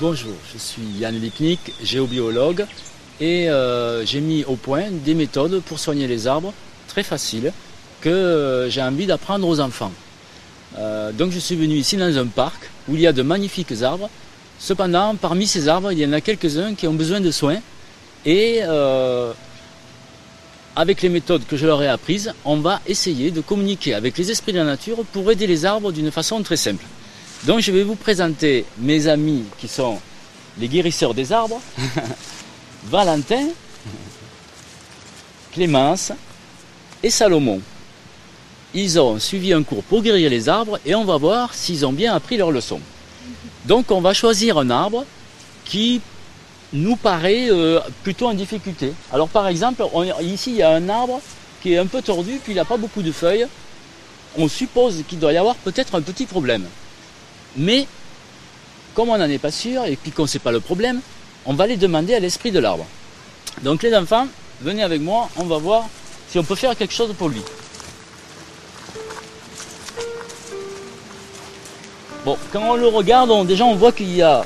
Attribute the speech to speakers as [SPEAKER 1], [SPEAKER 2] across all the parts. [SPEAKER 1] Bonjour, je suis Yann Lipnik, géobiologue, et euh, j'ai mis au point des méthodes pour soigner les arbres, très faciles, que euh, j'ai envie d'apprendre aux enfants. Euh, donc je suis venu ici dans un parc où il y a de magnifiques arbres. Cependant, parmi ces arbres, il y en a quelques-uns qui ont besoin de soins. Et euh, avec les méthodes que je leur ai apprises, on va essayer de communiquer avec les esprits de la nature pour aider les arbres d'une façon très simple. Donc je vais vous présenter mes amis qui sont les guérisseurs des arbres, Valentin, Clémence et Salomon. Ils ont suivi un cours pour guérir les arbres et on va voir s'ils ont bien appris leur leçon. Donc on va choisir un arbre qui nous paraît euh, plutôt en difficulté. Alors par exemple, on- ici il y a un arbre qui est un peu tordu, puis il n'a pas beaucoup de feuilles. On suppose qu'il doit y avoir peut-être un petit problème. Mais comme on n'en est pas sûr et puis qu'on ne sait pas le problème, on va les demander à l'esprit de l'arbre. Donc les enfants, venez avec moi, on va voir si on peut faire quelque chose pour lui. Bon, quand on le regarde, on- déjà on voit qu'il y a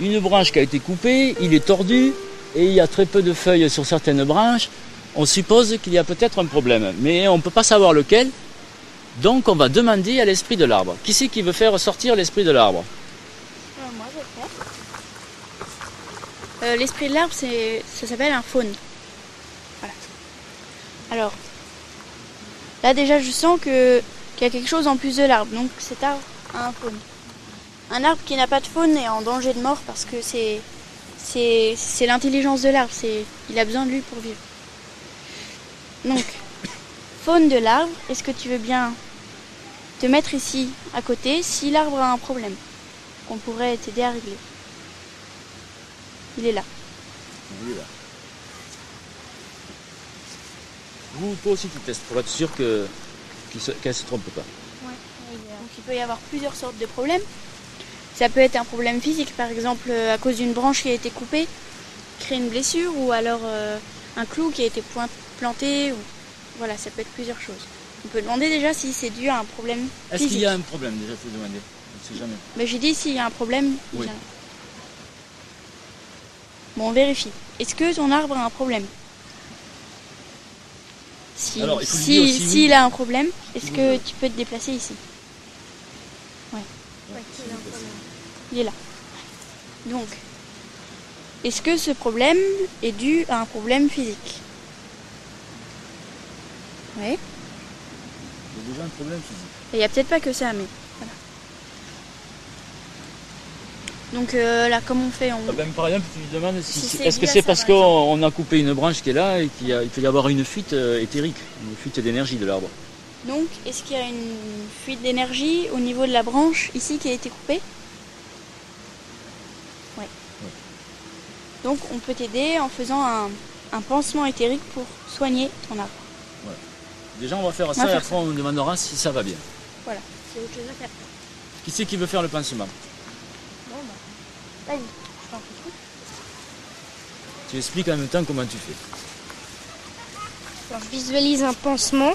[SPEAKER 1] une branche qui a été coupée, il est tordu et il y a très peu de feuilles sur certaines branches. On suppose qu'il y a peut-être un problème, mais on ne peut pas savoir lequel. Donc on va demander à l'esprit de l'arbre. Qui c'est qui veut faire sortir l'esprit de l'arbre
[SPEAKER 2] Euh, moi, je vais faire. Euh, L'esprit de l'arbre, c'est, ça s'appelle un faune. Voilà. Alors, là déjà, je sens que, qu'il y a quelque chose en plus de l'arbre. Donc, cet arbre a un faune. Un arbre qui n'a pas de faune est en danger de mort parce que c'est, c'est, c'est l'intelligence de l'arbre. C'est, il a besoin de lui pour vivre. Donc, faune de l'arbre, est-ce que tu veux bien te mettre ici à côté si l'arbre a un problème qu'on pourrait t'aider à régler. Il est là.
[SPEAKER 1] Vous, toi aussi tu testes pour être sûr que- qu'il se- qu'elle ne se trompe pas.
[SPEAKER 2] Donc il peut y avoir plusieurs sortes de problèmes. Ça peut être un problème physique, par exemple euh, à cause d'une branche qui a été coupée, créer une blessure, ou alors euh, un clou qui a été point- planté. Ou... Voilà, ça peut être plusieurs choses. On peut demander déjà si c'est dû à un problème
[SPEAKER 1] Est-ce
[SPEAKER 2] physique.
[SPEAKER 1] qu'il y a un problème déjà faut demander On ne sait jamais.
[SPEAKER 2] Mais j'ai dit s'il y a un problème. il
[SPEAKER 1] Oui.
[SPEAKER 2] vient. Bon, on vérifie. Est-ce que ton arbre a un problème si,
[SPEAKER 1] Alors, il faut lui
[SPEAKER 2] si-
[SPEAKER 1] dire si oui.
[SPEAKER 2] s'il a un problème, est-ce
[SPEAKER 1] Oui,
[SPEAKER 2] que
[SPEAKER 1] oui.
[SPEAKER 2] tu peux te déplacer ici Il est là. Donc, est-ce que ce problème est dû à un problème physique Oui.
[SPEAKER 1] Il y a déjà un problème physique.
[SPEAKER 2] Il n'y a peut-être pas que ça, mais voilà. Donc euh, là, comment on fait on...
[SPEAKER 1] Ah ben, par exemple, tu lui demandes si,
[SPEAKER 2] Si c'est
[SPEAKER 1] est-ce que
[SPEAKER 2] lié à
[SPEAKER 1] c'est
[SPEAKER 2] ça,
[SPEAKER 1] parce
[SPEAKER 2] par
[SPEAKER 1] qu'on
[SPEAKER 2] exemple.
[SPEAKER 1] on a coupé une branche qui est là et qu'il y a- il peut y avoir une fuite euh, éthérique, une fuite d'énergie de l'arbre.
[SPEAKER 2] Donc, est-ce qu'il y a une fuite d'énergie au niveau de la branche ici qui a été coupée Oui. Donc, on peut t'aider en faisant un, un pansement éthérique pour soigner ton arbre.
[SPEAKER 1] Déjà, on va faire
[SPEAKER 2] va
[SPEAKER 1] ça et
[SPEAKER 2] faire
[SPEAKER 1] après on demandera si ça va bien.
[SPEAKER 2] C'est autre chose à faire.
[SPEAKER 1] Qui c'est qui veut faire le pansement Tu expliques en même temps comment tu fais.
[SPEAKER 3] Alors, je visualise un pansement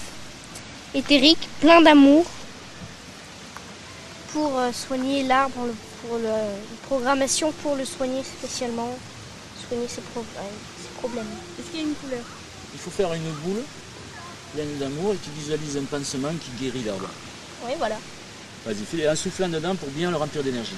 [SPEAKER 3] éthérique plein d'amour pour euh, soigner l'arbre, le- pour le, une programmation pour le soigner spécialement, soigner ses, pro- euh, ses problèmes.
[SPEAKER 2] Est-ce qu'il y a une couleur
[SPEAKER 1] Il faut faire une boule pleine d'amour et tu visualises un pansement qui guérit l'arbre.
[SPEAKER 3] Oui, voilà.
[SPEAKER 1] Vas-y, fais en soufflant dedans pour bien le remplir d'énergie.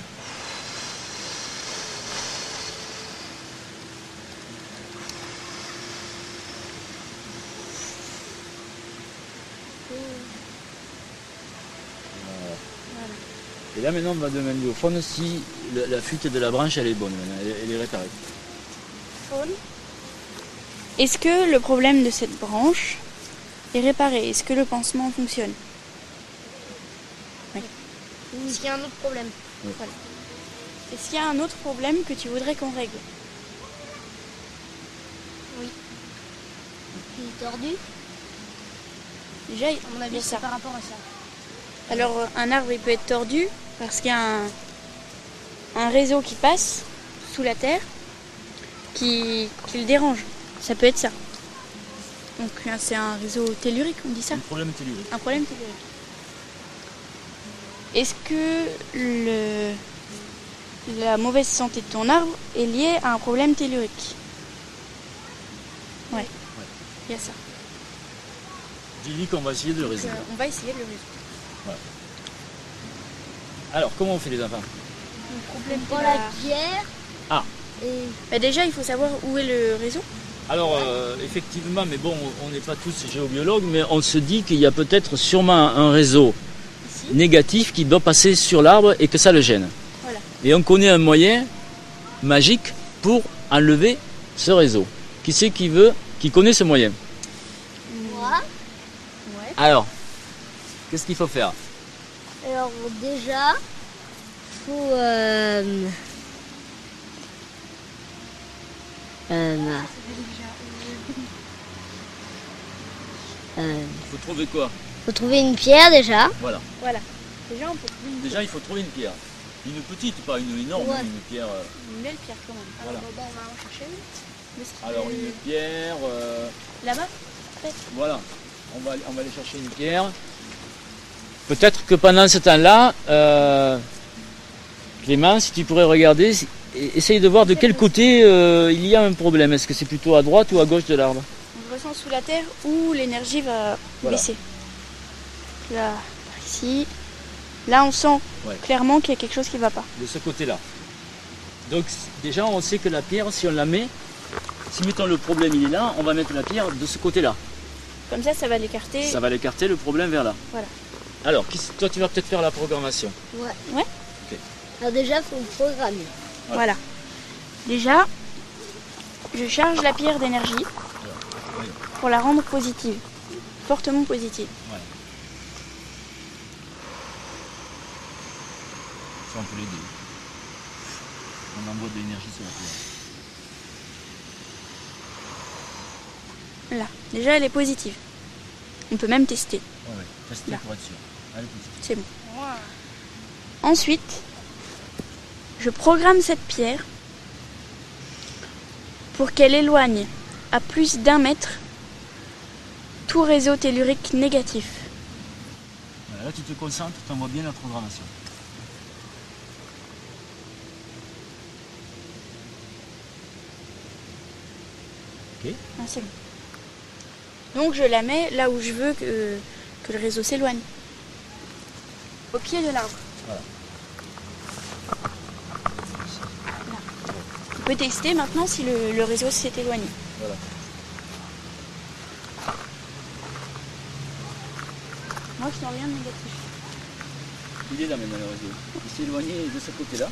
[SPEAKER 1] Voilà. Et là maintenant on va demander au faune si le- la fuite de la branche elle est bonne, maintenant, elle, elle est réparée.
[SPEAKER 3] Faune.
[SPEAKER 2] Est-ce que le problème de cette branche est réparé Est-ce que le pansement fonctionne
[SPEAKER 3] Parce qu'il y a un autre problème.
[SPEAKER 2] Est-ce qu'il y a un autre problème que tu voudrais qu'on règle
[SPEAKER 3] Il est tordu.
[SPEAKER 2] Déjà,
[SPEAKER 3] À mon
[SPEAKER 2] il y a
[SPEAKER 3] avis,
[SPEAKER 2] ça.
[SPEAKER 3] c'est par rapport à ça.
[SPEAKER 2] Alors euh, un arbre il peut être tordu parce qu'il y a un, un réseau qui passe sous la terre qui, qui le dérange. Ça peut être ça. Donc hein, c'est un réseau tellurique, on dit ça
[SPEAKER 1] Le problème est lié.
[SPEAKER 2] Un problème tellurique. Est-ce que le, la mauvaise santé de ton arbre est liée à un problème tellurique. Ouais. Il y a ça.
[SPEAKER 1] Dis-lui qu'on va essayer de le
[SPEAKER 2] Donc,
[SPEAKER 1] résoudre.
[SPEAKER 2] euh, on va essayer de le résoudre.
[SPEAKER 1] Alors, comment on fait les enfants
[SPEAKER 3] problème dans la bière.
[SPEAKER 1] Ah.
[SPEAKER 3] Et
[SPEAKER 2] Bah, déjà, il faut savoir où est le réseau.
[SPEAKER 1] Alors, euh, effectivement, mais bon, on n'est pas tous géobiologues, mais on se dit qu'il y a peut-être sûrement un réseau
[SPEAKER 2] Ici.
[SPEAKER 1] négatif qui doit passer sur l'arbre et que ça le gêne.
[SPEAKER 2] Voilà.
[SPEAKER 1] Et on connaît un moyen magique pour enlever ce réseau. Qui c'est qui veut, qui connaît ce moyen
[SPEAKER 4] Moi,
[SPEAKER 2] Ouais.
[SPEAKER 1] Alors, qu'est-ce qu'il faut faire
[SPEAKER 4] alors déjà, faut. Euh,
[SPEAKER 3] Ah,
[SPEAKER 4] euh, euh,
[SPEAKER 1] Il faut trouver quoi
[SPEAKER 4] faut trouver une pierre déjà.
[SPEAKER 1] Voilà.
[SPEAKER 2] Déjà, on peut
[SPEAKER 1] Déjà, il faut trouver une pierre. Une petite, pas une énorme,
[SPEAKER 4] Ouais.
[SPEAKER 1] une pierre. euh,
[SPEAKER 2] une belle pierre quand même.
[SPEAKER 1] Voilà.
[SPEAKER 3] bon, bah, on va en chercher une.
[SPEAKER 2] Mais ce qui
[SPEAKER 1] Alors,
[SPEAKER 2] est
[SPEAKER 1] une pierre. euh,
[SPEAKER 2] Là-bas
[SPEAKER 1] Voilà, on va, on va aller chercher une pierre. Peut-être que pendant ce temps-là, euh, Clément, si tu pourrais regarder, si- e- essaye de voir de quel côté euh, il y a un problème. Est-ce que c'est plutôt à droite ou à gauche de l'arbre
[SPEAKER 2] On ressent sous la terre où l'énergie va
[SPEAKER 1] Voilà.
[SPEAKER 2] baisser. Là, par ici. Là, on sent
[SPEAKER 1] Ouais.
[SPEAKER 2] clairement qu'il y a quelque chose qui ne va pas.
[SPEAKER 1] De ce côté-là. Donc c- déjà, on sait que la pierre, si on la met, si mettons le problème il est là, on va mettre la pierre de ce côté-là.
[SPEAKER 2] Comme ça, ça va l'écarter.
[SPEAKER 1] Ça va l'écarter le problème vers là.
[SPEAKER 2] Voilà.
[SPEAKER 1] Alors, qui s- toi, tu vas peut-être faire la programmation.
[SPEAKER 4] Ouais.
[SPEAKER 2] Ouais.
[SPEAKER 1] Ok.
[SPEAKER 4] Alors déjà, faut programmer.
[SPEAKER 2] Voilà. Déjà, je charge la pierre d'énergie
[SPEAKER 1] oui.
[SPEAKER 2] pour la rendre positive, fortement positive.
[SPEAKER 1] Ça, on peut l'aider. On envoie de l'énergie sur la pierre.
[SPEAKER 2] Là, déjà, elle est positive. On peut même tester.
[SPEAKER 1] Ouais, ouais. Tester
[SPEAKER 2] Là.
[SPEAKER 1] pour être sûr. Allez, petit.
[SPEAKER 2] C'est bon. Ensuite, je programme cette pierre pour qu'elle éloigne à plus d'un mètre tout réseau tellurique négatif.
[SPEAKER 1] Voilà, là, tu te concentres, tu envoies bien la programmation.
[SPEAKER 2] Ah, c'est bon. Donc je la mets là où je veux que, que le réseau s'éloigne. Au pied de l'arbre.
[SPEAKER 1] Voilà.
[SPEAKER 2] Là. On peut tester maintenant si le, le réseau s'est éloigné.
[SPEAKER 1] Voilà.
[SPEAKER 2] Moi je sens rien de négatif.
[SPEAKER 1] Il est là maintenant, le réseau. Il s'est éloigné de ce côté-là.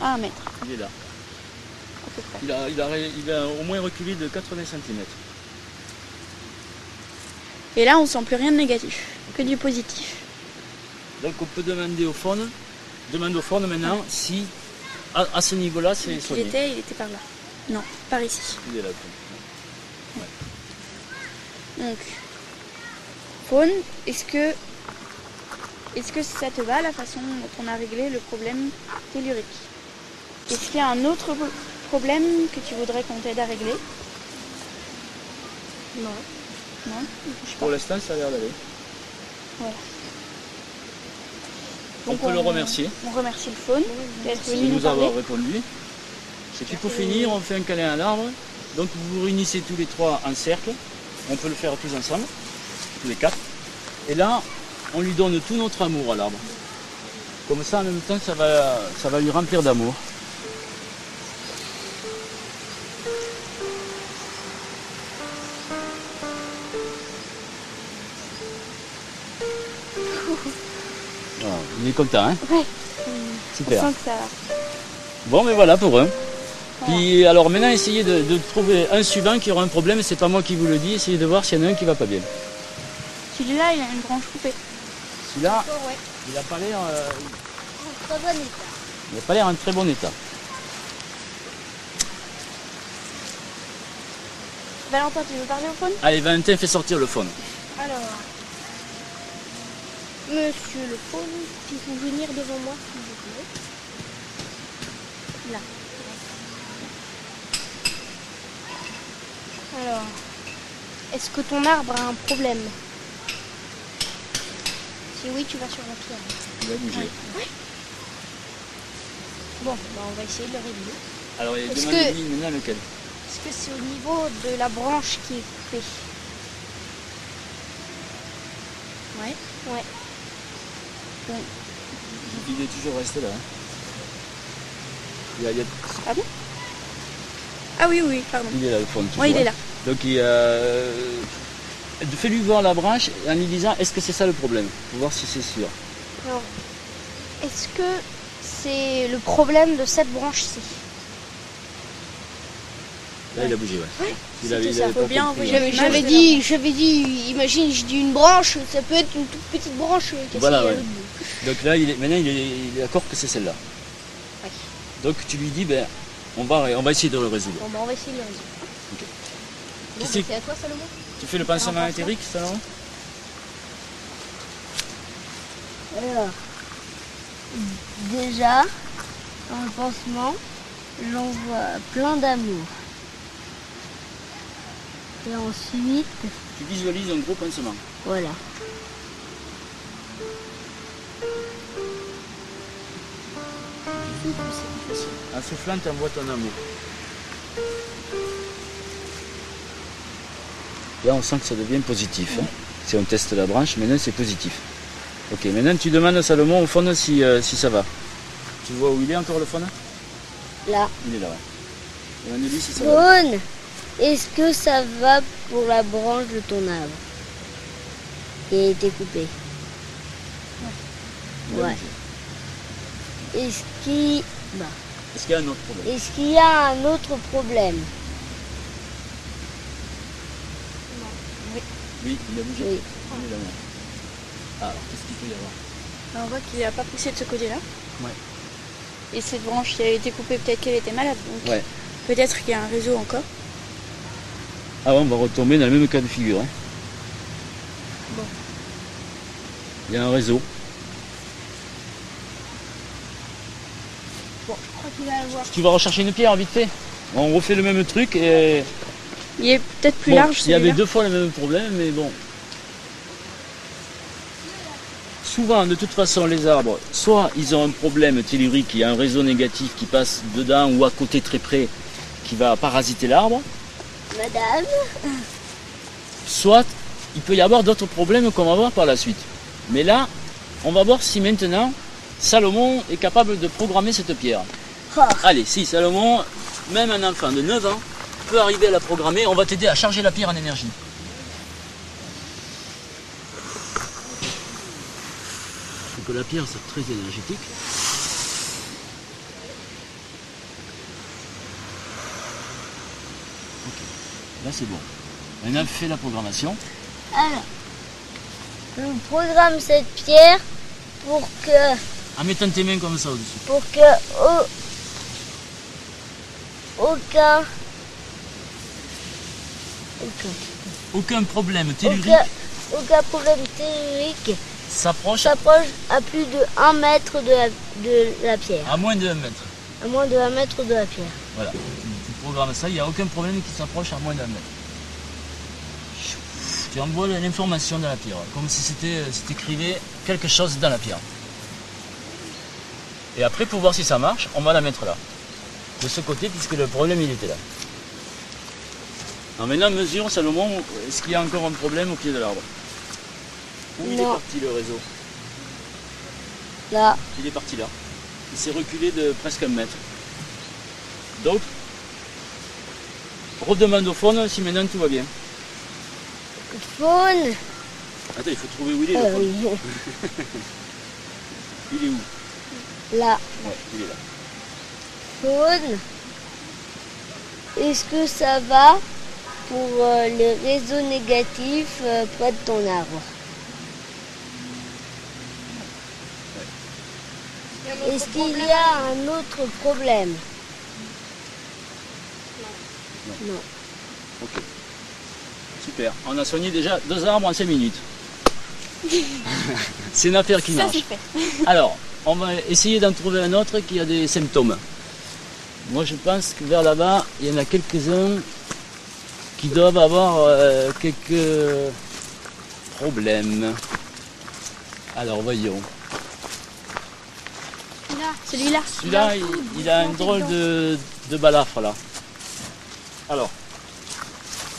[SPEAKER 2] À un mètre
[SPEAKER 1] Il est là.
[SPEAKER 2] à peu près.
[SPEAKER 1] Il a, il a ré- il a au moins reculé de 80 cm.
[SPEAKER 2] Et là on sent plus rien de négatif, que du positif.
[SPEAKER 1] Donc, on peut demander au faune, demande au faune maintenant si, à, à ce niveau-là, c'est
[SPEAKER 2] Donc, il
[SPEAKER 1] soigné.
[SPEAKER 2] était, il était par là. Non, par ici.
[SPEAKER 1] Il est là.
[SPEAKER 2] Donc, faune, est-ce que, est-ce que ça te va la façon dont on a réglé le problème tellurique Est-ce qu'il y a un autre pro- problème que tu voudrais qu'on t'aide à régler
[SPEAKER 3] Non.
[SPEAKER 2] Non Je sais pas.
[SPEAKER 1] Pour l'instant, ça a l'air d'aller.
[SPEAKER 2] Voilà.
[SPEAKER 1] On
[SPEAKER 2] Donc,
[SPEAKER 1] peut le remercier
[SPEAKER 2] On remercie le faune d'être
[SPEAKER 1] de
[SPEAKER 2] venu nous
[SPEAKER 1] nous
[SPEAKER 2] parler.
[SPEAKER 1] avoir répondu. Et puis pour finir, on fait un câlin à l'arbre. Donc vous vous réunissez tous les trois en cercle. On peut le faire tous ensemble, tous les quatre. Et là, on lui donne tout notre amour à l'arbre. Comme ça, en même temps, ça va, ça va lui remplir d'amour. Voilà, il est content, hein
[SPEAKER 2] Ouais. On
[SPEAKER 1] Super.
[SPEAKER 2] sent que ça.
[SPEAKER 1] Bon, mais voilà pour eux.
[SPEAKER 2] Voilà.
[SPEAKER 1] Puis alors maintenant, essayez de, de trouver un suivant qui aura un problème. C'est pas moi qui vous le dis. Essayez de voir s'il y en a un qui va pas bien.
[SPEAKER 2] Celui-là, il a une branche coupée.
[SPEAKER 1] Celui-là,
[SPEAKER 4] Encore, ouais.
[SPEAKER 1] il a pas l'air, euh,
[SPEAKER 4] En très bon état.
[SPEAKER 1] il a pas l'air en très bon état.
[SPEAKER 2] Valentin, tu veux parler au faune
[SPEAKER 1] Allez, Valentin, fais sortir le faune.
[SPEAKER 3] Alors, monsieur le faune, pouvez-vous venir devant moi, s'il vous plaît Là. Alors, est-ce que ton
[SPEAKER 4] Ah,
[SPEAKER 3] arbre
[SPEAKER 4] bah,
[SPEAKER 3] a un problème Si oui, tu vas sur la pierre.
[SPEAKER 1] Il a bougé.
[SPEAKER 3] Bon, bah, on va essayer de le régler.
[SPEAKER 1] Alors il y a deux
[SPEAKER 3] Est-ce
[SPEAKER 1] mains
[SPEAKER 3] que-
[SPEAKER 1] de mine, maintenant lequel
[SPEAKER 3] Est-ce que c'est au niveau de la branche qui est coupée
[SPEAKER 2] Ouais.
[SPEAKER 3] Ouais.
[SPEAKER 1] Il est toujours resté là. hein. Il, y a- il y a-
[SPEAKER 2] Ah oui, oui, pardon.
[SPEAKER 1] il est là le fond. toujours,
[SPEAKER 2] Ouais, il
[SPEAKER 1] hein.
[SPEAKER 2] est là.
[SPEAKER 1] Donc il, euh, fais-lui voir la branche en lui disant est-ce que c'est ça le problème Pour voir si c'est sûr.
[SPEAKER 3] Alors, est-ce que c'est le problème de cette branche-ci
[SPEAKER 1] Là il a bougé. Ouais. Il
[SPEAKER 3] c'était
[SPEAKER 1] il
[SPEAKER 3] ça.
[SPEAKER 2] Faut
[SPEAKER 1] pas
[SPEAKER 2] bien
[SPEAKER 1] compris,
[SPEAKER 2] envoyer-
[SPEAKER 1] ouais.
[SPEAKER 2] Ouais,
[SPEAKER 4] J'avais
[SPEAKER 2] mais
[SPEAKER 4] j'avais
[SPEAKER 2] non,
[SPEAKER 4] dit, j'avais dit, imagine, je dis une branche, ça peut être une toute petite branche euh, cassée
[SPEAKER 1] Voilà,
[SPEAKER 4] à
[SPEAKER 1] ouais.
[SPEAKER 4] l'autre bout.
[SPEAKER 1] Donc là il est, maintenant il est, il est d'accord que c'est celle-là.
[SPEAKER 4] Ouais.
[SPEAKER 1] Donc tu lui dis ben on va on va essayer de le résoudre.
[SPEAKER 3] Bon, bah, on va essayer de le résoudre.
[SPEAKER 1] Qu'est-ce que-
[SPEAKER 4] à toi, Salomon
[SPEAKER 1] Tu fais le pansement éthérique Salomon
[SPEAKER 4] Alors, déjà, dans le pansement, j'envoie plein d'amour. Et ensuite,
[SPEAKER 1] Tu visualises un gros pansement.
[SPEAKER 4] voilà.
[SPEAKER 1] En soufflant t'envoies ton amour. Là on sent que ça devient positif. hein. Si on teste la branche, maintenant c'est positif. Ok, maintenant tu demandes à Salomon au fond si, euh, si ça va. Tu vois où il est encore le fond
[SPEAKER 4] Là.
[SPEAKER 1] Il est là, ouais. Demande-lui si ça va.
[SPEAKER 4] Bonne, est-ce que ça va pour la branche de ton arbre qui a été coupée
[SPEAKER 1] Il a
[SPEAKER 4] Ouais.
[SPEAKER 1] bougé.
[SPEAKER 4] Est-ce qu'il bah,
[SPEAKER 1] Est-ce qu'il y a un autre problème
[SPEAKER 4] est-ce qu'il y a un autre problème
[SPEAKER 1] Oui, il a bougé.
[SPEAKER 4] Oui.
[SPEAKER 1] Il est là, ouais. Ah, Alors, qu'est-ce qu'il peut y avoir
[SPEAKER 2] Alors, on voit qu'il n'a pas poussé de ce côté-là.
[SPEAKER 1] Ouais.
[SPEAKER 2] Et cette branche qui a été coupée, peut-être qu'elle était malade. Donc
[SPEAKER 1] Ouais.
[SPEAKER 2] peut-être qu'il y a un réseau encore.
[SPEAKER 1] Ah ouais, on va retomber dans le même cas de figure. hein.
[SPEAKER 2] Bon.
[SPEAKER 1] Il y a un réseau.
[SPEAKER 3] Bon, je crois qu'il va avoir.
[SPEAKER 1] Tu vas rechercher une pierre vite fait On refait le même truc et.
[SPEAKER 2] Il est peut-être plus
[SPEAKER 1] Bon,
[SPEAKER 2] large.
[SPEAKER 1] Il y avait
[SPEAKER 2] celui-là.
[SPEAKER 1] deux fois le même problème, mais bon. Souvent, de toute façon, les arbres, soit ils ont un problème tellurique, il y a un réseau négatif qui passe dedans ou à côté très près, qui va parasiter l'arbre,
[SPEAKER 4] Madame
[SPEAKER 1] soit il peut y avoir d'autres problèmes qu'on va voir par la suite. Mais là, on va voir si maintenant Salomon est capable de programmer cette pierre.
[SPEAKER 4] Ah.
[SPEAKER 1] Allez, si Salomon, même un enfant de 9 ans, peut arriver à la programmer, on va t'aider à charger la pierre en énergie. Faut que la pierre soit très énergétique. Ok, là c'est bon. On a fait la programmation.
[SPEAKER 4] Alors, on programme cette pierre pour que
[SPEAKER 1] En mettant tes mains comme ça au-dessus.
[SPEAKER 4] pour que au- aucun aucun
[SPEAKER 1] Aucun problème tellurique
[SPEAKER 4] aucun, aucun problème théorique
[SPEAKER 1] s'approche
[SPEAKER 4] s'approche à plus de 1 mètre de la, de la pierre.
[SPEAKER 1] à moins de 1 mètre.
[SPEAKER 4] À moins de 1 mètre de la pierre.
[SPEAKER 1] Voilà. Tu, tu programmes ça, il n'y a aucun problème qui s'approche à moins d'un mètre. Tu envoies l'information dans la pierre, comme si c'était euh, si t'écrivais quelque chose dans la pierre. Et après, pour voir si ça marche, on va la mettre là. De ce côté, puisque le problème, il était là. Alors maintenant, mesure, Salomon, est-ce qu'il y a encore un problème au pied de l'arbre Où il est
[SPEAKER 4] Non.
[SPEAKER 1] parti le réseau
[SPEAKER 4] Là,
[SPEAKER 1] il est parti là. Il s'est reculé de presque un mètre. Donc, redemande au faune si maintenant tout va bien.
[SPEAKER 4] faune.
[SPEAKER 1] Attends, il faut trouver où il est. le
[SPEAKER 4] Euh,
[SPEAKER 1] faune.
[SPEAKER 4] oui.
[SPEAKER 1] Il est où
[SPEAKER 4] Là,
[SPEAKER 1] Ouais, il est là.
[SPEAKER 4] faune. Est-ce que ça va pour euh, les réseaux négatifs euh, près de ton arbre Est-ce qu'il y a un autre problème Non.
[SPEAKER 1] Ok. Super. On a soigné déjà deux arbres en 5 minutes. c'est une affaire qui
[SPEAKER 2] Ça,
[SPEAKER 1] marche.
[SPEAKER 2] c'est fait.
[SPEAKER 1] Alors, on va essayer d'en trouver un autre qui a des symptômes. Moi, je pense que vers là-bas, il y en a quelques-uns qui doivent avoir euh, quelques problèmes. Alors, voyons.
[SPEAKER 3] Là,
[SPEAKER 2] Celui-là.
[SPEAKER 1] Celui-là, il, il a un drôle de, de balafre là. Alors,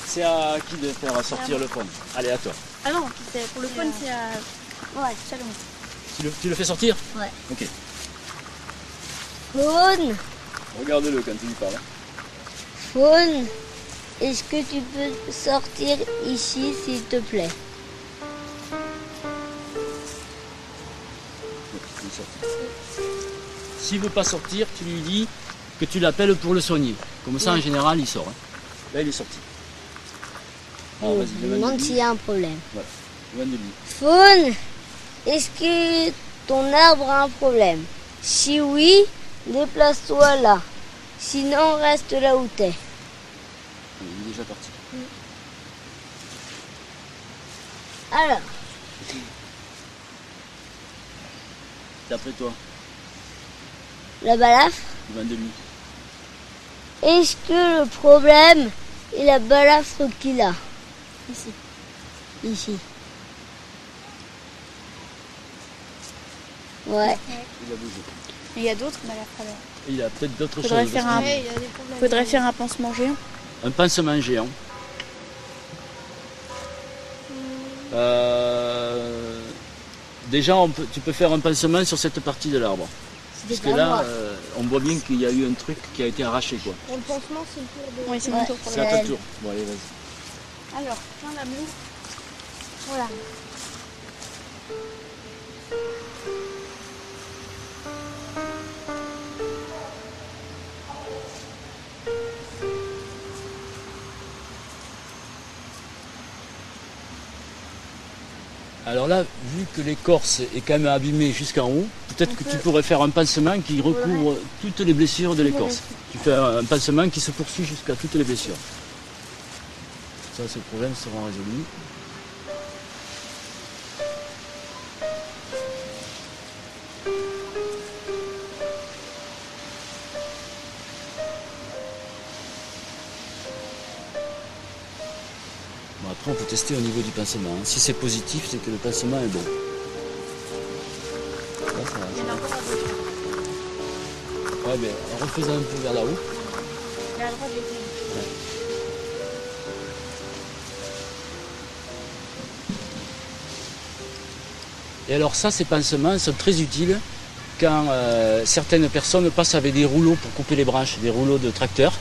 [SPEAKER 1] c'est à qui de faire sortir le pont Allez, à toi.
[SPEAKER 2] Ah non, c'est- pour le fun, c'est à. Ouais, salon.
[SPEAKER 1] Tu le, tu le fais sortir
[SPEAKER 4] Ouais.
[SPEAKER 1] Ok.
[SPEAKER 4] Faune,
[SPEAKER 1] Regarde-le quand tu lui hein. parles.
[SPEAKER 4] faune, est-ce que tu peux sortir ici, s'il te plaît
[SPEAKER 1] Il est sorti. S'il veut pas sortir, tu lui dis que tu l'appelles pour le soigner. Comme ça, en général, il sort. hein. Là, il est sorti.
[SPEAKER 2] Oh,
[SPEAKER 1] Alors, vas-y,
[SPEAKER 4] Je me
[SPEAKER 1] demande
[SPEAKER 4] demande
[SPEAKER 1] de lui.
[SPEAKER 4] s'il y a un problème.
[SPEAKER 1] Demande de lui.
[SPEAKER 4] Faune, est-ce que ton arbre a un problème Si oui, déplace-toi là. Sinon, reste là où t'es.
[SPEAKER 1] Il est déjà parti.
[SPEAKER 4] Alors,
[SPEAKER 1] D'après toi,
[SPEAKER 4] la balafre,
[SPEAKER 1] demande de lui.
[SPEAKER 4] est-ce que le problème est la balafre qu'il a Ici. Ici. Ouais.
[SPEAKER 1] Il a bougé.
[SPEAKER 2] Il y a d'autres balafres alors.
[SPEAKER 1] Et il a peut-être d'autres choses.
[SPEAKER 2] Faudrait
[SPEAKER 1] parce
[SPEAKER 2] faire un-
[SPEAKER 1] que-
[SPEAKER 3] il y a des problèmes.
[SPEAKER 2] Faudrait faire un pansement géant.
[SPEAKER 1] Un pansement géant. Euh, Déjà, on peut- tu peux faire un pansement sur cette partie de l'arbre. Parce que là, euh, on voit bien qu'il y a eu un truc qui a été arraché. quoi.
[SPEAKER 3] Et le pansement, c'est le tour de.
[SPEAKER 2] Oui, c'est mon
[SPEAKER 4] Ouais.
[SPEAKER 2] tour pour
[SPEAKER 1] C'est
[SPEAKER 2] le
[SPEAKER 1] à ton
[SPEAKER 4] Gaël.
[SPEAKER 1] tour. Bon, allez, vas-y.
[SPEAKER 2] Alors, plein d'amour.
[SPEAKER 3] Voilà.
[SPEAKER 1] Alors là, vu que l'écorce est quand même abîmée jusqu'en haut, peut-être
[SPEAKER 3] On
[SPEAKER 1] que
[SPEAKER 3] peut-
[SPEAKER 1] tu pourrais faire un pansement qui recouvre toutes les blessures de l'écorce. Tu fais un un pansement qui se poursuit jusqu'à toutes les blessures. Ça, ce problème sera résolu. Bon, après, on peut tester au niveau du pansement. hein. Si c'est positif, c'est que le pansement est bon. Là, ça va.
[SPEAKER 2] Il y en a encore à gauche.
[SPEAKER 1] Ouais, mais en refaisant un peu vers là-haut.
[SPEAKER 2] Il y a à droite, j'ai
[SPEAKER 1] Et alors ça, ces pansements sont hein, très utiles quand euh, certaines personnes passent avec des rouleaux pour couper les branches, des rouleaux de tracteur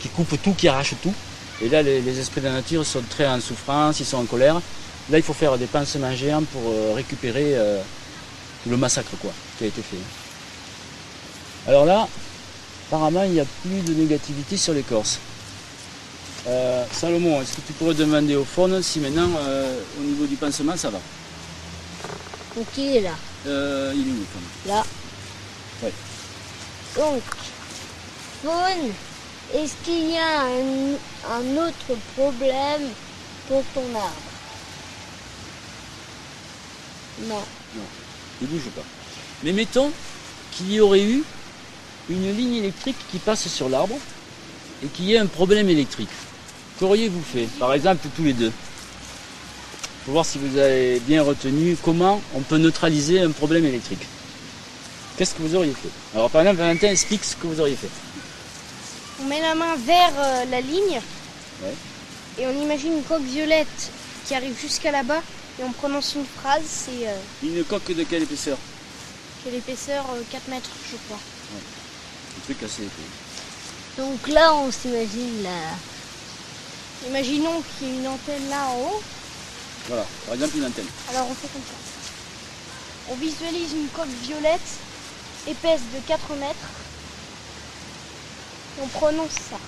[SPEAKER 1] qui coupent tout, qui arrachent tout. Et là, les, les esprits de la nature sont très en souffrance, ils sont en colère. Là, il faut faire des pansements géants pour euh, récupérer euh, tout le massacre quoi, qui a été fait. Alors là, apparemment, il n'y a plus de négativité sur l'écorce. Euh, Salomon, est-ce que tu pourrais demander au faune si maintenant, euh, au niveau du pansement, ça va
[SPEAKER 4] Donc il est là.
[SPEAKER 1] euh, Il est où le faune
[SPEAKER 4] Là.
[SPEAKER 1] Ouais.
[SPEAKER 4] Donc, faune, est-ce qu'il y a un, un autre problème pour ton arbre Non.
[SPEAKER 1] Il bouge pas. Mais mettons qu'il y aurait eu une ligne électrique qui passe sur l'arbre et qu'il y ait un problème électrique. Qu'auriez-vous fait Par exemple, tous les deux. Pour voir si vous avez bien retenu comment on peut neutraliser un problème électrique. Qu'est-ce que vous auriez fait Alors par exemple, Valentin explique ce que vous auriez fait.
[SPEAKER 3] On met la main vers euh, la ligne.
[SPEAKER 1] Ouais.
[SPEAKER 3] Et on imagine une coque violette qui arrive jusqu'à là-bas. Et on prononce une phrase, c'est euh,
[SPEAKER 1] Une coque de quelle épaisseur
[SPEAKER 3] quelle épaisseur euh, 4 mètres, je crois.
[SPEAKER 1] Un truc assez épais.
[SPEAKER 4] Donc là, on s'imagine la...
[SPEAKER 3] Imaginons qu'il y ait une antenne là en haut.
[SPEAKER 1] Voilà, par exemple une antenne.
[SPEAKER 3] Alors on fait comme ça. On visualise une coque violette épaisse de 4 mètres. Et on prononce ça.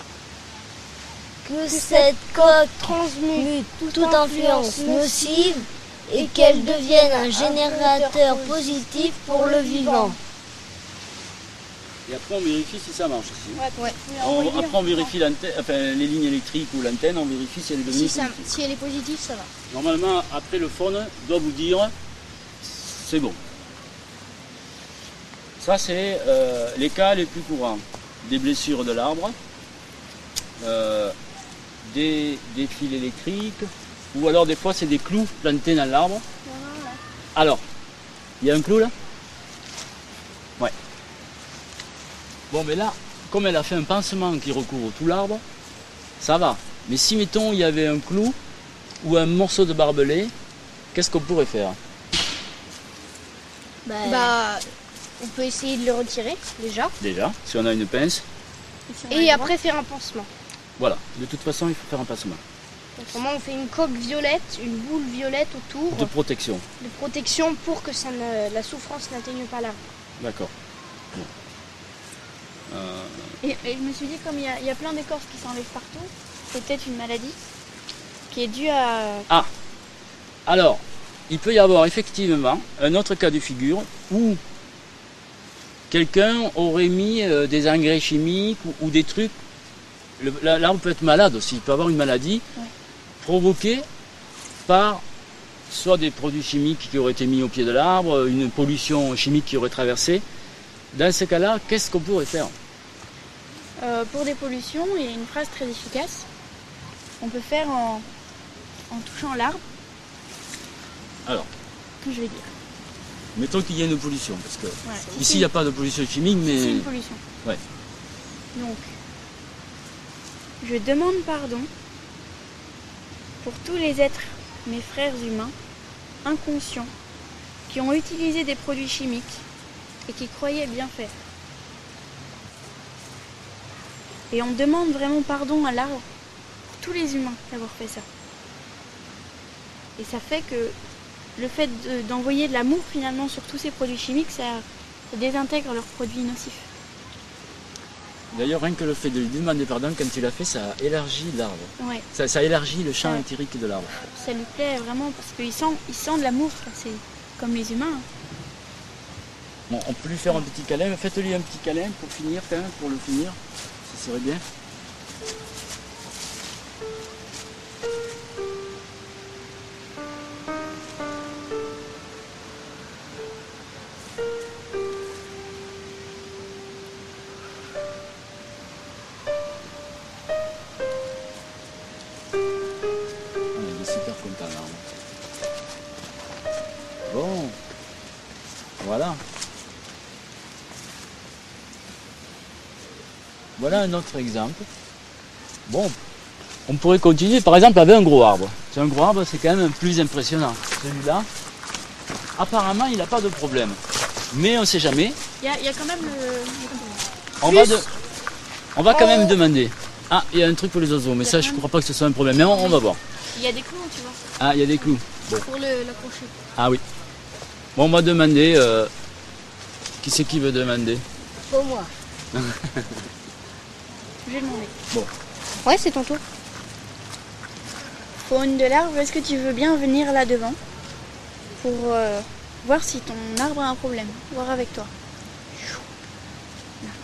[SPEAKER 4] que cette coque
[SPEAKER 3] Transmute.
[SPEAKER 4] transmute toute influence nocive et qu'elle devienne un générateur positif pour le vivant.
[SPEAKER 1] Et après on vérifie si ça marche aussi.
[SPEAKER 3] Ouais.
[SPEAKER 1] On- après on vérifie l'antenne- enfin, les lignes électriques ou l'antenne, on vérifie si elle est devenue
[SPEAKER 3] Si, ça-
[SPEAKER 1] positive.
[SPEAKER 3] si elle est positive, ça va.
[SPEAKER 1] Normalement, après le faune, doit vous dire c'est bon. Ça, c'est euh, les cas les plus courants des blessures de l'arbre, euh, des, des fils électriques, ou alors des fois, c'est des clous plantés dans l'arbre.
[SPEAKER 3] Ah,
[SPEAKER 1] Alors, il y a un clou là Ouais. Bon, mais là, comme elle a fait un pansement qui recouvre tout l'arbre, ça va. Mais si, mettons, il y avait un clou ou un morceau de barbelé, qu'est-ce qu'on pourrait faire
[SPEAKER 3] Bah, on peut essayer de le retirer déjà.
[SPEAKER 1] Déjà, si on a une pince,
[SPEAKER 3] Et après faire un pansement.
[SPEAKER 1] voilà. De toute façon, il faut faire un pansement
[SPEAKER 3] Autrement, on fait une coque violette, une boule violette autour
[SPEAKER 1] de protection.
[SPEAKER 3] de protection pour que ça ne- la souffrance n'atteigne pas l'arbre.
[SPEAKER 1] D'accord. Bon. Euh,
[SPEAKER 2] Et, et je me suis dit, comme il y a, il y a plein d'écorces qui s'enlèvent partout, c'est peut-être une maladie qui est due à.
[SPEAKER 1] Alors, il peut y avoir effectivement un autre cas de figure où quelqu'un aurait mis euh, des engrais chimiques ou, ou des trucs. Le- la- L'arbre peut être malade aussi, il peut avoir une maladie
[SPEAKER 2] Ouais.
[SPEAKER 1] provoquée par soit des produits chimiques qui auraient été mis au pied de l'arbre, une pollution chimique qui aurait traversé. Dans ce cas-là, qu'est-ce qu'on pourrait faire
[SPEAKER 2] Euh, pour des pollutions, il y a une phrase très efficace. On peut faire en, en touchant l'arbre.
[SPEAKER 1] Alors.
[SPEAKER 2] Que je vais dire.
[SPEAKER 1] Mettons qu'il y ait une pollution, parce que
[SPEAKER 2] Voilà.
[SPEAKER 1] ici il n'y a pas de pollution chimique, mais
[SPEAKER 2] C'est une pollution.
[SPEAKER 1] Ouais.
[SPEAKER 2] Donc, je demande pardon pour tous les êtres, mes frères humains, inconscients, qui ont utilisé des produits chimiques et qui croyaient bien faire. Et on demande vraiment pardon à l'arbre pour tous les humains d'avoir fait ça. Et ça fait que le fait de- d'envoyer de, l'amour finalement sur tous ces produits chimiques, ça, ça désintègre leurs produits nocifs.
[SPEAKER 1] d'ailleurs rien que le fait de lui demander pardon quand il l'a fait, ça élargit l'arbre.
[SPEAKER 2] Ouais,
[SPEAKER 1] Ça, ça élargit le champ
[SPEAKER 2] Ouais.
[SPEAKER 1] éthérique de l'arbre.
[SPEAKER 2] ça lui plaît vraiment parce qu'il sent, il sent de l'amour, quoi, c'est comme les humains. hein.
[SPEAKER 1] Bon, on peut lui faire un petit câlin. Faites-lui un petit câlin pour finir, quand même, pour le finir. Ça serait bien. Ah, Il est super content, l'arbre. Bon, voilà. Voilà un autre exemple. Bon, on pourrait continuer par exemple avec un gros arbre. C'est un gros arbre, c'est quand même plus impressionnant. Celui-là, apparemment, il n'a pas de problème. Mais on ne sait jamais.
[SPEAKER 2] Il y a, il y a quand même le.
[SPEAKER 1] On va, de- on va quand même demander. Ah, il y a un truc pour les oiseaux, mais ça, je ne crois pas que ce soit un problème. Mais on, on va voir.
[SPEAKER 2] Il y a des clous, tu vois,
[SPEAKER 1] Ah, il y a des clous.
[SPEAKER 2] pour le- l'accrocher.
[SPEAKER 1] Ah oui. Bon, on va demander. euh, Qui c'est qui veut demander
[SPEAKER 4] Pour moi.
[SPEAKER 2] Je vais demander.
[SPEAKER 3] Ouais, c'est ton tour.
[SPEAKER 2] Faune de l'arbre, est-ce que tu veux bien venir là devant pour euh, voir si ton arbre a un problème Voir avec toi.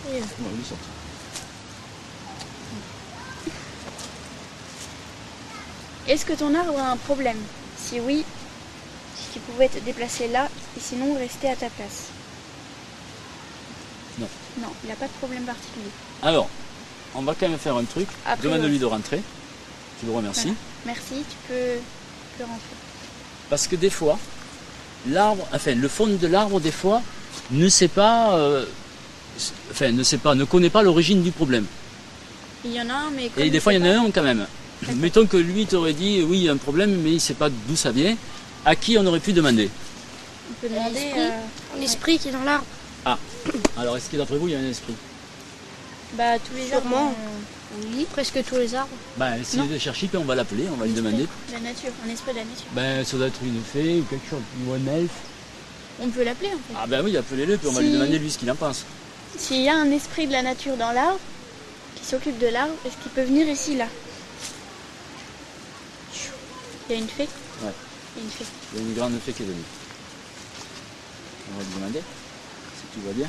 [SPEAKER 1] Ouais, il est sorti.
[SPEAKER 2] Est-ce que ton arbre a un problème Si oui, si tu pouvais te déplacer là et sinon rester à ta place.
[SPEAKER 1] Non.
[SPEAKER 2] Non, il n'a pas de problème particulier.
[SPEAKER 1] Alors, on va quand même faire un truc.
[SPEAKER 2] Après,
[SPEAKER 1] Demande-lui de rentrer. Je le remercie.
[SPEAKER 2] Voilà. Merci, tu peux, tu peux rentrer.
[SPEAKER 1] Parce que des fois, l'arbre, enfin, le fond de l'arbre, des fois, ne sait pas, euh, s- enfin, ne sait pas, ne connaît pas l'origine du problème.
[SPEAKER 2] Il y en a un, mais.
[SPEAKER 1] Et des fois, il y en a un quand même. Mettons que lui t'aurait dit, oui, il y a un problème, mais il ne sait pas d'où ça vient. À qui on aurait pu demander
[SPEAKER 2] On peut demander.
[SPEAKER 3] Esprit.
[SPEAKER 2] euh,
[SPEAKER 3] L'esprit qui est dans l'arbre.
[SPEAKER 1] Alors, est-ce que d'après vous, il y a un esprit
[SPEAKER 2] bah, tous les arbres.
[SPEAKER 3] Sûrement.
[SPEAKER 2] ont
[SPEAKER 3] Oui. Presque tous les arbres.
[SPEAKER 1] Ben, si
[SPEAKER 2] Non.
[SPEAKER 1] il cherche, on va l'appeler, on va lui
[SPEAKER 2] un esprit
[SPEAKER 1] demander.
[SPEAKER 2] de La nature, un esprit de la nature.
[SPEAKER 1] Ben, ça doit être une fée ou quelque chose, ou un elfe.
[SPEAKER 2] On peut l'appeler en fait.
[SPEAKER 1] Ah ben oui, appelez-le, puis on va lui
[SPEAKER 2] Si.
[SPEAKER 1] demander lui ce qu'il en pense.
[SPEAKER 2] S'il y a un esprit de la nature dans l'arbre, qui s'occupe de l'arbre, est-ce qu'il peut venir ici, là Il y a une fée
[SPEAKER 1] Ouais.
[SPEAKER 2] Il y a une fée.
[SPEAKER 1] Il y a une grande fée qui est venue. On va lui demander si tout va bien.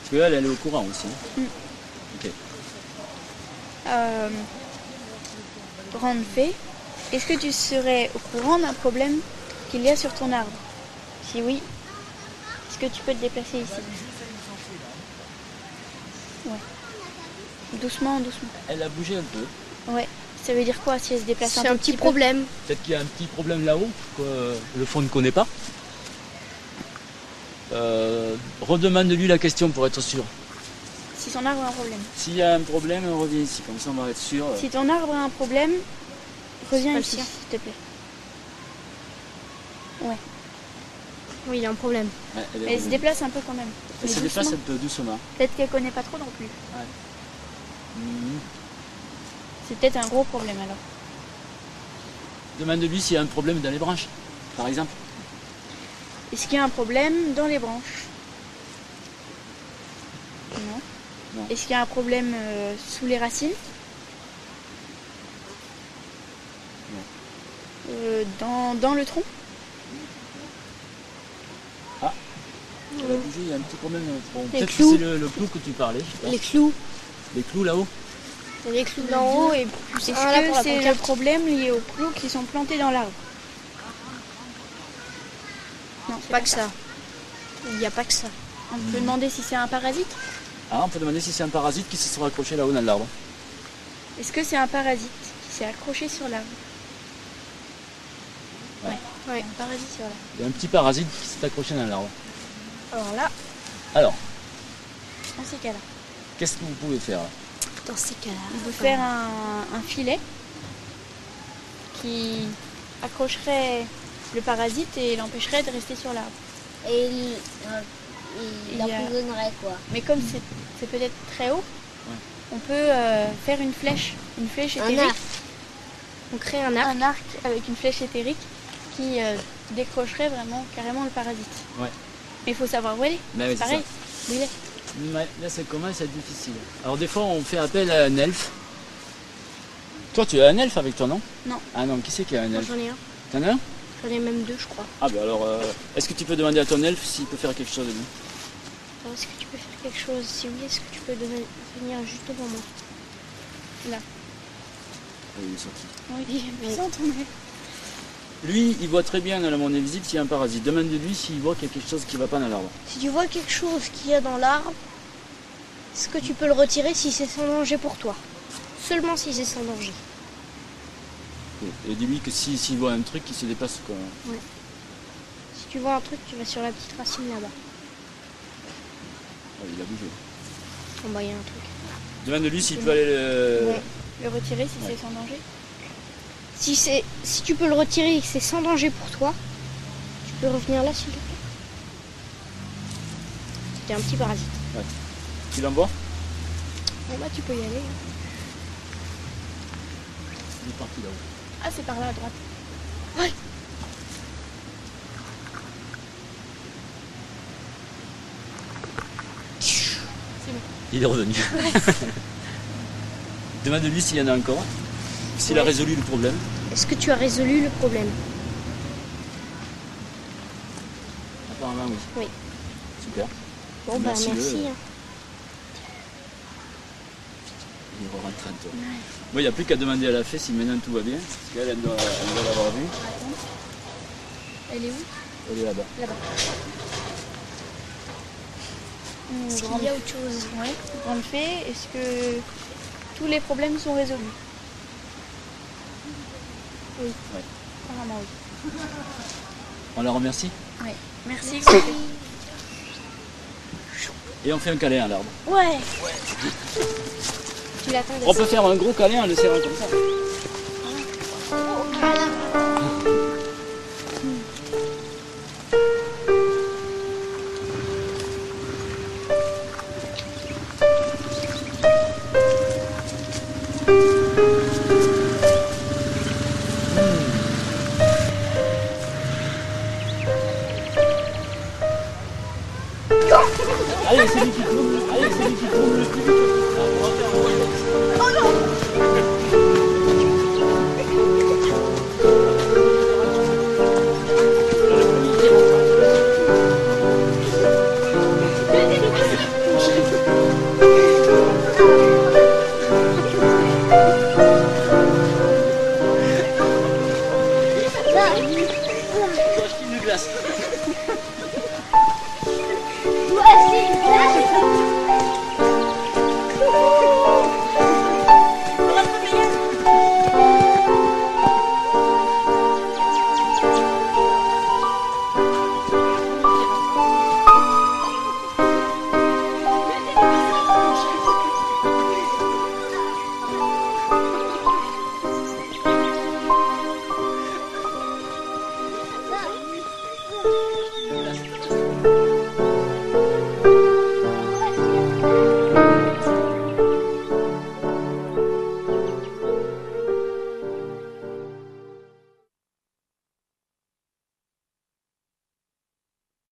[SPEAKER 1] Parce qu'elle, elle est au courant aussi. hein.
[SPEAKER 2] Euh, grande fée, est-ce que tu serais au courant d'un problème qu'il y a sur ton arbre Si oui, est-ce que tu peux te déplacer ici Ouais. Doucement, doucement.
[SPEAKER 1] Elle a bougé un peu.
[SPEAKER 2] Ouais. Ça veut dire quoi si elle se déplace un,
[SPEAKER 3] C'est
[SPEAKER 2] tout
[SPEAKER 3] un petit
[SPEAKER 2] peu
[SPEAKER 3] problème.
[SPEAKER 1] Peut-être qu'il y a un petit problème là-haut que euh, le fond ne connaît pas. Euh, Redemande-lui la question pour être sûr.
[SPEAKER 2] si son arbre a un problème.
[SPEAKER 1] S'il y a un problème, on revient ici, comme ça on va être sûr. euh,
[SPEAKER 2] Si ton arbre a un problème, reviens
[SPEAKER 3] pas le
[SPEAKER 2] ici,
[SPEAKER 3] sien.
[SPEAKER 2] s'il te plaît.
[SPEAKER 3] Oui, il a un problème.
[SPEAKER 1] ouais, elle est
[SPEAKER 2] Mais elle se
[SPEAKER 1] revenue.
[SPEAKER 2] déplace un peu quand même.
[SPEAKER 1] Elle se
[SPEAKER 2] mais
[SPEAKER 1] déplace un
[SPEAKER 2] doucement.
[SPEAKER 1] peu doucement.
[SPEAKER 2] Peut-être qu'elle connaît pas trop non plus.
[SPEAKER 1] Mhm.
[SPEAKER 2] C'est peut-être un gros problème alors.
[SPEAKER 1] Demande-lui s'il y a un problème dans les branches, par exemple.
[SPEAKER 2] Est-ce qu'il y a un problème dans les branches Non.
[SPEAKER 1] Non.
[SPEAKER 2] Est-ce qu'il y a un problème euh, sous les racines
[SPEAKER 1] Non.
[SPEAKER 2] Euh, dans, dans le tronc
[SPEAKER 1] Elle a bougé, il y a un petit problème. dans le tronc.
[SPEAKER 4] Les
[SPEAKER 1] Peut-être que
[SPEAKER 4] clous.
[SPEAKER 1] c'est le, le clou que tu parlais. je sais pas.
[SPEAKER 4] Les clous.
[SPEAKER 1] Les clous là-haut
[SPEAKER 3] Les clous
[SPEAKER 2] D'en haut et plus. Est-ce
[SPEAKER 3] un Oh, ah, là pour
[SPEAKER 2] que
[SPEAKER 3] la
[SPEAKER 2] c'est le
[SPEAKER 3] pancarte.
[SPEAKER 2] problème lié aux clous qui sont plantés dans l'arbre Non,
[SPEAKER 3] Pas que ça. Il n'y a pas que ça.
[SPEAKER 2] On peut demander si c'est un parasite
[SPEAKER 1] Ah, on peut demander si c'est un parasite qui se sera accroché là-haut dans l'arbre.
[SPEAKER 2] Est-ce que c'est un parasite qui s'est accroché sur l'arbre
[SPEAKER 1] Ouais.
[SPEAKER 2] Ouais, un parasite sur l'arbre.
[SPEAKER 1] Il y a un petit parasite qui s'est accroché dans l'arbre.
[SPEAKER 3] Alors là,
[SPEAKER 1] Alors,
[SPEAKER 2] Dans ces cas-là.
[SPEAKER 1] qu'est-ce que vous pouvez faire
[SPEAKER 3] dans ces cas-là.
[SPEAKER 2] On peut faire un, un filet qui accrocherait le parasite et l'empêcherait de rester sur l'arbre.
[SPEAKER 4] Et il, euh, il,
[SPEAKER 2] Il y a-
[SPEAKER 4] emprisonnerait, quoi.
[SPEAKER 2] Mais comme c'est c'est peut-être très haut, on peut euh, faire une flèche, une flèche
[SPEAKER 4] Un
[SPEAKER 2] éthérique,
[SPEAKER 4] arc.
[SPEAKER 3] On crée un arc.
[SPEAKER 2] un arc avec une flèche éthérique qui euh, décrocherait vraiment carrément le parasite.
[SPEAKER 1] Ouais.
[SPEAKER 2] Mais il faut savoir où aller,
[SPEAKER 1] Mais
[SPEAKER 2] c'est pareil, où il est.
[SPEAKER 1] Ouais, là, ça commence à être difficile. Alors, des fois, on fait appel à un elfe. Toi, tu as un elfe avec toi, non
[SPEAKER 2] Non.
[SPEAKER 1] Ah non, qui c'est qui a un
[SPEAKER 3] Moi,
[SPEAKER 1] elfe
[SPEAKER 3] J'en ai un.
[SPEAKER 1] T'en as un
[SPEAKER 3] J'en ai même deux, je crois.
[SPEAKER 1] Ah, bah alors, euh, est-ce que tu peux demander à ton elfe s'il peut faire quelque chose de lui
[SPEAKER 3] Alors, Est-ce que tu peux faire quelque chose Si oui, est-ce que tu peux deven- venir juste devant moi
[SPEAKER 1] Oui, il est sorti.
[SPEAKER 2] Oui,
[SPEAKER 3] mais-
[SPEAKER 2] sans tomber.
[SPEAKER 1] Lui, il voit très bien dans la monnaie invisible s'il y a un parasite. Demande-lui s'il voit quelque chose qui ne va pas dans l'arbre.
[SPEAKER 3] Si tu vois quelque chose qu'il y a dans l'arbre, est-ce que tu peux le retirer si c'est sans danger pour toi Seulement si c'est sans danger.
[SPEAKER 1] Et, et dis-lui que si- s'il voit un truc, il se dépasse. Quoi.
[SPEAKER 3] Si tu vois un truc, tu vas sur la petite racine là-bas.
[SPEAKER 1] Ah, il a bougé.
[SPEAKER 3] En bas, il y a un truc.
[SPEAKER 1] Demande-lui s'il peut aller euh, le.
[SPEAKER 3] Ouais.
[SPEAKER 2] Le retirer si
[SPEAKER 1] Ouais.
[SPEAKER 2] c'est sans danger.
[SPEAKER 3] Si, c'est, si tu peux le retirer et que c'est sans danger pour toi, tu peux revenir là, s'il te plaît. C'était un petit parasite.
[SPEAKER 1] Tu l'envoies
[SPEAKER 3] Bon, bah, tu peux y aller. hein.
[SPEAKER 1] Il est parti là-haut.
[SPEAKER 2] Ah, c'est par là à droite.
[SPEAKER 1] Il est revenu. Demande-lui s'il y en a encore. S'il a
[SPEAKER 3] Ouais.
[SPEAKER 1] résolu le problème.
[SPEAKER 3] Est-ce que tu as résolu le problème
[SPEAKER 1] Apparemment, oui.
[SPEAKER 3] Oui.
[SPEAKER 1] Super.
[SPEAKER 3] Bon,
[SPEAKER 1] Merci,
[SPEAKER 3] bah, merci.
[SPEAKER 1] euh,
[SPEAKER 3] hein.
[SPEAKER 1] Il est rentré en toi. Bon, il n'y a plus qu'à demander à la fée si maintenant tout va bien. Parce qu'elle, elle doit, elle doit l'avoir vu.
[SPEAKER 2] Elle est où
[SPEAKER 1] Elle est là-bas.
[SPEAKER 3] Est-ce qu'il y a autre chose
[SPEAKER 2] Ouais. Grande fée, est-ce que tous les problèmes sont résolus Oui.
[SPEAKER 1] Ouais.
[SPEAKER 2] Apparemment oui.
[SPEAKER 1] On la remercie.
[SPEAKER 2] Merci.
[SPEAKER 1] Et on fait un câlin à l'arbre.
[SPEAKER 2] Ouais.
[SPEAKER 3] Tu l'attendais
[SPEAKER 1] On peut faire un gros câlin en le serrant comme ça.
[SPEAKER 3] Ah, là.